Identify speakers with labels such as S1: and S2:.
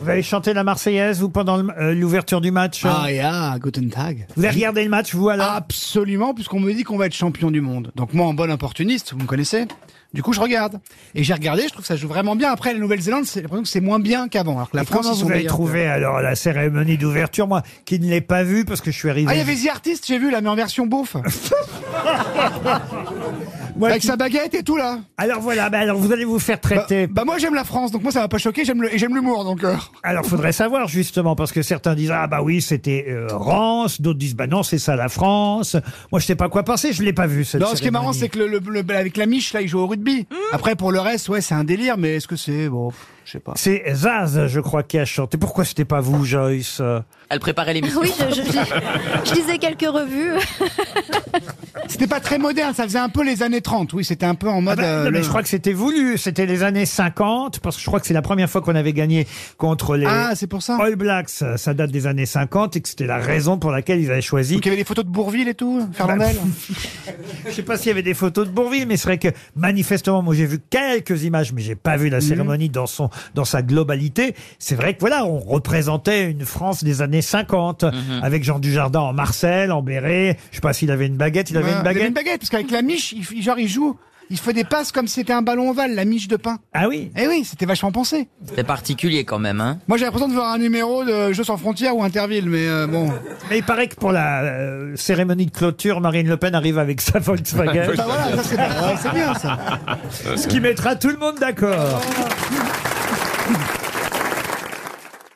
S1: Vous allez chanter la Marseillaise, vous, pendant le- euh, l'ouverture du match euh
S2: Ah, yeah, guten Tag.
S1: Vous allez regarder le match, vous, alors
S2: Absolument, puisqu'on me dit qu'on va être champion du monde. Donc moi, en bon opportuniste, vous me connaissez. Du coup, je regarde. Et j'ai regardé, je trouve que ça joue vraiment bien. Après, la Nouvelle-Zélande, c'est j'ai l'impression que c'est moins bien qu'avant. Alors que la
S1: Et
S2: France,
S1: comment
S2: ils
S1: vous
S2: sont
S1: avez
S2: meilleurs.
S1: trouvé alors la cérémonie d'ouverture Moi, qui ne l'ai pas vue parce que je suis arrivé.
S2: Ah, il y avait The Artist, j'ai vu, là, mais en version beauf.
S1: Moi
S2: Avec
S1: qui-
S2: sa baguette et tout, là.
S1: Alors voilà, bah alors vous allez vous faire
S2: Bah,
S1: traiter.
S2: bah, moi, j'aime la France, donc moi, ça m'a pas choqué. J'aime le- et j'aime l'humour, donc... euh,
S1: Alors faudrait savoir justement parce que certains disent ah bah oui c'était euh, Rance, d'autres disent bah non c'est ça la France. Moi je sais pas quoi penser, je l'ai pas vu cette
S2: Non, ce qui est marrant, c'est
S1: cérémonie.
S2: que le, le- le- avec la miche, là, il joue au rugby. Après, pour le reste, ouais, c'est un délire, mais est-ce que c'est... Bon, je sais pas.
S1: c'est Zaz, je crois, qui a chanté. Pourquoi c'était pas vous, Joyce Euh,
S3: Elle préparait l'émission.
S4: Oui, je, je- je- je lisais quelques revues.
S2: C'était pas très moderne, ça faisait un peu les années 30. Oui, c'était un peu en
S1: Ah
S2: mode...
S1: bah,
S2: euh,
S1: non, mais
S2: le-
S1: je crois que c'était voulu. C'était les années 50 parce que je crois que c'est la première fois qu'on avait gagné contre les
S2: Ah, c'est pour ça.
S1: All Blacks. Ça date des années 50 et que c'était la raison pour laquelle ils avaient choisi.
S2: Donc il y avait des photos de Bourville et tout, Fernandel.
S1: Bah, Je sais pas s'il y avait des photos de Bourville, mais c'est vrai que manifestement, moi j'ai vu quelques images, mais j'ai pas vu
S2: Mhm.
S1: la cérémonie dans son dans sa globalité. C'est vrai que voilà, on représentait une France des années 50
S2: Mhm.
S1: avec Jean Dujardin en Marcel, en béret. Je sais pas s'il avait une baguette, il avait une
S2: Il avait
S1: baguette.
S2: une baguette, parce qu'avec la miche, il, f- genre il joue, il fait des passes comme si c'était un ballon ovale, la miche de pain.
S1: Ah oui.
S2: Eh oui, c'était vachement pensé.
S3: C'est particulier quand même, hein.
S2: Moi j'ai l'impression de voir un numéro de Jeux sans frontières ou Interville, mais euh, bon.
S1: Mais il paraît que pour la euh, cérémonie de clôture, Marine Le Pen arrive avec sa Volkswagen,
S2: Bah voilà, ça, c'est ouais, c'est bien ça.
S1: ce qui mettra tout le monde d'accord.